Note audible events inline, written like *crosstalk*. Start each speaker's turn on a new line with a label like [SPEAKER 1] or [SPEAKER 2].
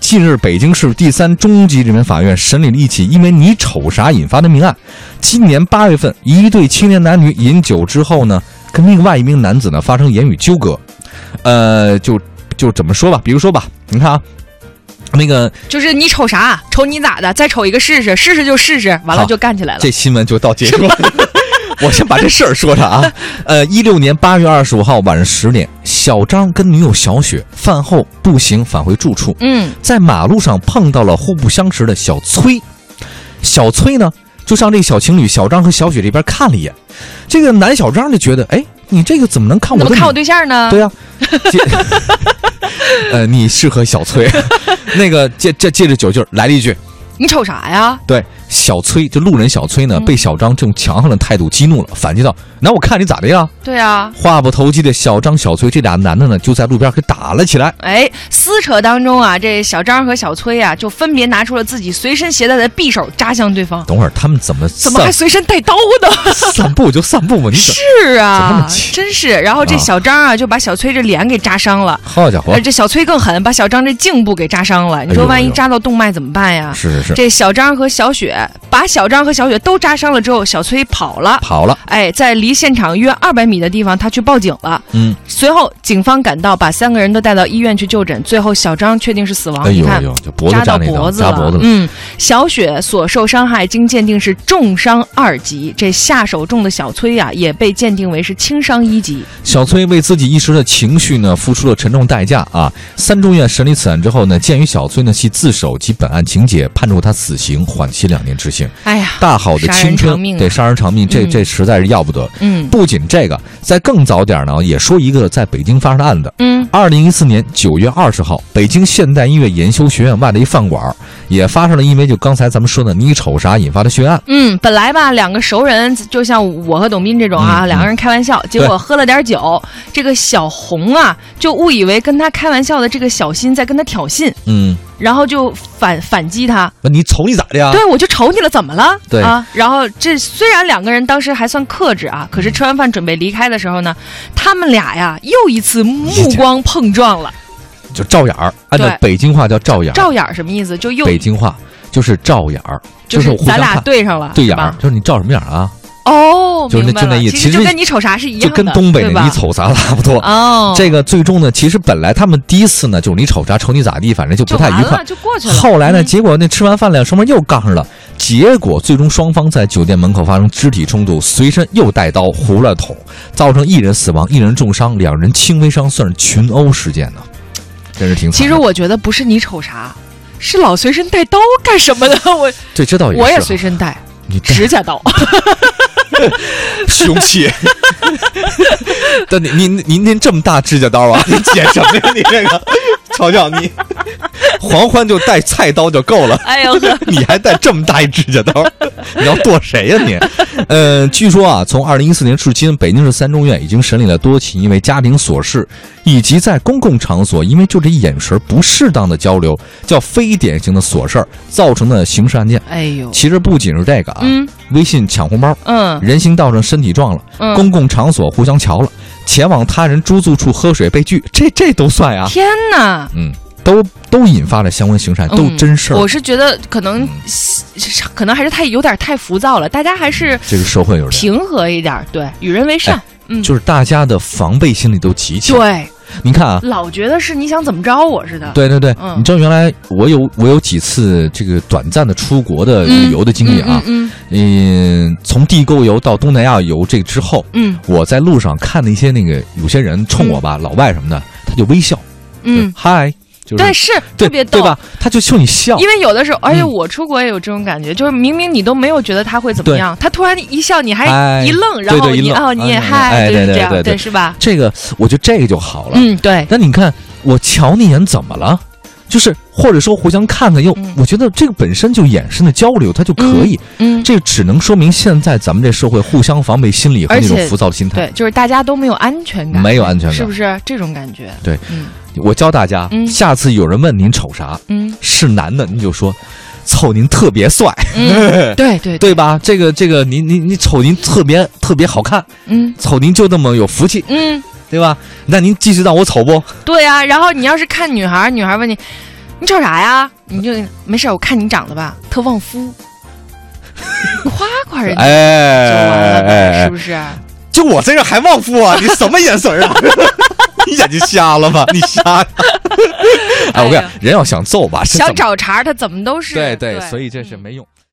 [SPEAKER 1] 近日，北京市第三中级人民法院审理了一起因为你瞅啥引发的命案。今年八月份，一对青年男女饮酒之后呢，跟另外一名男子呢发生言语纠葛。呃，就就怎么说吧，比如说吧，你看啊，那个
[SPEAKER 2] 就是你瞅啥？瞅你咋的？再瞅一个试试，试试就试试，完了
[SPEAKER 1] 好
[SPEAKER 2] 就干起来了。
[SPEAKER 1] 这新闻就到结束。我先把这事儿说上啊。呃， *laughs* 一六年八月二十五号晚上十点，小张跟女友小雪饭后步行返回住处，
[SPEAKER 2] 嗯，
[SPEAKER 1] 在马路上碰到了互不相识的小崔。小崔呢，就上这小情侣小张和小雪这边看了一眼。这个男小张就觉得，哎，你这个怎么能看我
[SPEAKER 2] 怎
[SPEAKER 1] 的
[SPEAKER 2] 么
[SPEAKER 1] 女
[SPEAKER 2] 看我对象呢？
[SPEAKER 1] 对呀、接 *laughs* 呃，你适合小崔。 *laughs* 那个借借借着酒劲儿来了一句，
[SPEAKER 2] 你瞅啥呀？
[SPEAKER 1] 对小崔，这路人小崔呢，
[SPEAKER 2] 嗯
[SPEAKER 1] 被小张这种强横的态度激怒了，反击道：“那我看你咋的呀
[SPEAKER 2] 对啊？”。
[SPEAKER 1] 话不投机的小张、小崔这俩男的呢，就在路边给打了起来。
[SPEAKER 2] 哎，撕扯当中啊，这小张和小崔啊，就分别拿出了自己随身携带的匕首扎向对方。
[SPEAKER 1] 等会儿他们怎么散
[SPEAKER 2] 怎么还随身带刀 *laughs* 呢？
[SPEAKER 1] 散步就散步嘛？你怎
[SPEAKER 2] 是
[SPEAKER 1] 怎么那么
[SPEAKER 2] 啊
[SPEAKER 1] 气，
[SPEAKER 2] 真是。然后这
[SPEAKER 1] 啊
[SPEAKER 2] 小张啊，就把小崔这脸给扎伤了。
[SPEAKER 1] 好家伙
[SPEAKER 2] 呃，，这小崔更狠，把小张这颈部给扎伤了。你
[SPEAKER 1] 哎
[SPEAKER 2] 说
[SPEAKER 1] 呦
[SPEAKER 2] 万
[SPEAKER 1] 哎
[SPEAKER 2] 一
[SPEAKER 1] 呦
[SPEAKER 2] 扎到动脉怎么办呀？
[SPEAKER 1] 是是是，
[SPEAKER 2] 这小张和小雪把小张和小雪都扎伤了之后，小崔跑了。
[SPEAKER 1] 跑了。
[SPEAKER 2] 哎，在离现场约二百米的地方，他去报警了。
[SPEAKER 1] 嗯，
[SPEAKER 2] 随后警方赶到，把三个人都带到医院去就诊。最后，小张确定是死亡。
[SPEAKER 1] 哎
[SPEAKER 2] 啊你
[SPEAKER 1] 呦哎
[SPEAKER 2] 看，
[SPEAKER 1] 呦，这脖子
[SPEAKER 2] 扎
[SPEAKER 1] 扎
[SPEAKER 2] 到
[SPEAKER 1] 那刀，
[SPEAKER 2] 脖子
[SPEAKER 1] 扎脖子了。
[SPEAKER 2] 嗯，小雪所受伤害经鉴定是重伤二级，这下手重的小崔啊，也被鉴定为是轻伤一级。
[SPEAKER 1] 小崔为自己一时的情绪呢，付出了沉重代价啊！三中院审理此案之后呢，鉴于小崔呢系自首及本案情节，判处他死刑，缓期两年执行。
[SPEAKER 2] 哎呀，
[SPEAKER 1] 大好的
[SPEAKER 2] 杀人
[SPEAKER 1] 青春，
[SPEAKER 2] 偿命啊
[SPEAKER 1] 对杀人偿命，这
[SPEAKER 2] 嗯
[SPEAKER 1] 这实在是要不得。
[SPEAKER 2] 嗯
[SPEAKER 1] 不仅这个，在更早点呢，也说一个在北京发生的案子。
[SPEAKER 2] 嗯，
[SPEAKER 1] 二零一四年九月二十号，北京现代音乐研修学院外的一饭馆儿，也发生了因为就刚才咱们说的你瞅啥引发的血案。
[SPEAKER 2] 嗯，本来吧，两个熟人，就像我和董斌这种啊，
[SPEAKER 1] 嗯
[SPEAKER 2] 两个人开玩笑，结果喝了点酒，这个小红啊，就误以为跟他开玩笑的这个小新在跟他挑衅，
[SPEAKER 1] 嗯，
[SPEAKER 2] 然后就反反击他。
[SPEAKER 1] 那你瞅你咋的呀？
[SPEAKER 2] 对，我就瞅你了，怎么了？
[SPEAKER 1] 啊对
[SPEAKER 2] 啊，然后这虽然两个人当时还算克制啊，可是吃完饭准备离开的时候呢，他们俩呀又一次目光碰撞了。
[SPEAKER 1] 就照眼儿，按照
[SPEAKER 2] 对
[SPEAKER 1] 北京话叫照眼儿。
[SPEAKER 2] 照眼儿什么意思？就又
[SPEAKER 1] 啊北京话就是照眼儿，
[SPEAKER 2] 就是
[SPEAKER 1] 互
[SPEAKER 2] 咱
[SPEAKER 1] 相
[SPEAKER 2] 俩
[SPEAKER 1] 看
[SPEAKER 2] 对上了，
[SPEAKER 1] 对眼
[SPEAKER 2] 是
[SPEAKER 1] 儿
[SPEAKER 2] 吧，
[SPEAKER 1] 就是你照什么眼儿啊？
[SPEAKER 2] 哦，
[SPEAKER 1] 就是那
[SPEAKER 2] 明白
[SPEAKER 1] 就那
[SPEAKER 2] 了
[SPEAKER 1] 意思
[SPEAKER 2] 其
[SPEAKER 1] 其实
[SPEAKER 2] 就跟你瞅啥是一
[SPEAKER 1] 就
[SPEAKER 2] 样的，
[SPEAKER 1] 跟东北
[SPEAKER 2] 对
[SPEAKER 1] 的
[SPEAKER 2] 吧
[SPEAKER 1] 你瞅啥差不多。
[SPEAKER 2] 哦，
[SPEAKER 1] 这个最终呢，其实本来他们第一次呢，就是你瞅啥瞅你咋地，反正就不
[SPEAKER 2] 就
[SPEAKER 1] 太
[SPEAKER 2] 完
[SPEAKER 1] 愉快
[SPEAKER 2] 了，。就过去了。
[SPEAKER 1] 后来呢，
[SPEAKER 2] 嗯
[SPEAKER 1] 结果那吃完饭两双方又杠上了，结果最终双方在酒店门口发生肢体冲突，随身又带刀、胡乱捅，造成一人死亡、一人重伤、两人轻微伤，算是群殴事件呢，真是挺惨的。
[SPEAKER 2] 其实我觉得不是你瞅啥，是老随身带刀干什么呢？ *laughs* 我
[SPEAKER 1] 对，这哦倒也是，啊
[SPEAKER 2] 我也随身带
[SPEAKER 1] 你
[SPEAKER 2] 指甲
[SPEAKER 1] *laughs*
[SPEAKER 2] 刀，
[SPEAKER 1] 凶器。 *laughs* 但您您您您这么大指甲刀啊， *laughs* 你剪什么呀？你这个，瞧瞧你，黄欢就带菜刀就够 *laughs* 了。
[SPEAKER 2] 哎呦呵，
[SPEAKER 1] 你还带这么大一指甲刀，你要剁谁呀、你？呃，据说啊，从二零一四年至今，北京市三中院已经审理了多起因为家庭琐事以及在公共场所因为就这眼神不适当的交流，叫非典型的琐事儿造成的刑事案件。
[SPEAKER 2] 哎呦，
[SPEAKER 1] 其实不仅是这个啊，
[SPEAKER 2] 嗯
[SPEAKER 1] 微信抢红包，
[SPEAKER 2] 嗯
[SPEAKER 1] 人行道上身体撞了，
[SPEAKER 2] 嗯，
[SPEAKER 1] 公共场所互相瞧了，前往他人住宿处喝水被拒，这这都算呀、
[SPEAKER 2] 天哪！
[SPEAKER 1] 嗯，都都引发了相关刑事案，都
[SPEAKER 2] 嗯
[SPEAKER 1] 真事儿。
[SPEAKER 2] 我是觉得可能
[SPEAKER 1] 嗯，
[SPEAKER 2] 可能还是太有点太浮躁了，大家还是
[SPEAKER 1] 这个社会有点。
[SPEAKER 2] 平和一点，对，与人为善。嗯，
[SPEAKER 1] 哎就是大家的防备心理都极强。
[SPEAKER 2] 对，
[SPEAKER 1] 你看啊，
[SPEAKER 2] 老觉得是你想怎么着我似的。
[SPEAKER 1] 对对对，
[SPEAKER 2] 嗯
[SPEAKER 1] 你知道原来我有我有几次这个短暂的出国的
[SPEAKER 2] 嗯，
[SPEAKER 1] 旅游的经历啊，
[SPEAKER 2] 嗯
[SPEAKER 1] 嗯，从地沟油到东南亚游这之后，
[SPEAKER 2] 嗯
[SPEAKER 1] 我在路上看那些那个有些人冲我吧，老外什么的，他就微笑，就
[SPEAKER 2] 嗯嗯，
[SPEAKER 1] 嗨，就是
[SPEAKER 2] 对，是
[SPEAKER 1] 对
[SPEAKER 2] 特别逗
[SPEAKER 1] 对，吧？他就冲你笑
[SPEAKER 2] 因，为有的时候，而且
[SPEAKER 1] 嗯
[SPEAKER 2] 我出国也有这种感觉，就是明明你都没有觉得他会怎么
[SPEAKER 1] 对
[SPEAKER 2] 样，他突然一笑，你
[SPEAKER 1] 哎
[SPEAKER 2] 还一愣，然后
[SPEAKER 1] 对对
[SPEAKER 2] 你
[SPEAKER 1] 一愣
[SPEAKER 2] 哦你也
[SPEAKER 1] 嗯
[SPEAKER 2] 嗨，
[SPEAKER 1] 哎
[SPEAKER 2] 就是
[SPEAKER 1] 对对
[SPEAKER 2] 这样，
[SPEAKER 1] 对对
[SPEAKER 2] 是吧？
[SPEAKER 1] 这个我觉得这个就好了。
[SPEAKER 2] 嗯，对，
[SPEAKER 1] 那你看我瞧你一眼怎么了？就是或者说互相看看又，
[SPEAKER 2] 嗯
[SPEAKER 1] 我觉得这个本身就眼神的交流，它就可以。
[SPEAKER 2] 嗯，
[SPEAKER 1] 这只能说明现在咱们这社会互相防备心理和那种
[SPEAKER 2] 而且
[SPEAKER 1] 浮躁的心态，
[SPEAKER 2] 对，就是大家都没有安全感，
[SPEAKER 1] 没有安全
[SPEAKER 2] 是
[SPEAKER 1] 感
[SPEAKER 2] 不。是这种感觉？
[SPEAKER 1] 对，
[SPEAKER 2] 嗯
[SPEAKER 1] 我教大家，
[SPEAKER 2] 嗯
[SPEAKER 1] 下次有人问您瞅啥，
[SPEAKER 2] 嗯
[SPEAKER 1] 是男的你就说，瞅您特别帅，
[SPEAKER 2] 嗯，对
[SPEAKER 1] *laughs*
[SPEAKER 2] 对，
[SPEAKER 1] 对吧？这个这个，您您您瞅您特别特别好看，
[SPEAKER 2] 嗯
[SPEAKER 1] 瞅您就那么有福气，
[SPEAKER 2] 嗯，
[SPEAKER 1] 对吧？那您继续让我瞅不？
[SPEAKER 2] 对啊。然后你要是看女孩儿，女孩儿问你。你瞅啥呀？你就没事儿，我看你长得吧，特旺夫，夸夸人
[SPEAKER 1] 哎
[SPEAKER 2] 家就完了
[SPEAKER 1] 哎
[SPEAKER 2] 呗，是
[SPEAKER 1] 哎，
[SPEAKER 2] 不是？
[SPEAKER 1] 就我这人还旺夫啊？你什么眼神啊？你眼睛瞎了吗？你瞎呀？哎，我跟你
[SPEAKER 2] 哎呀
[SPEAKER 1] 讲，人要想揍吧，是怎
[SPEAKER 2] 想
[SPEAKER 1] 么
[SPEAKER 2] 找茬儿，他怎么都是
[SPEAKER 1] 对对，所
[SPEAKER 2] 以
[SPEAKER 1] 以这是没用。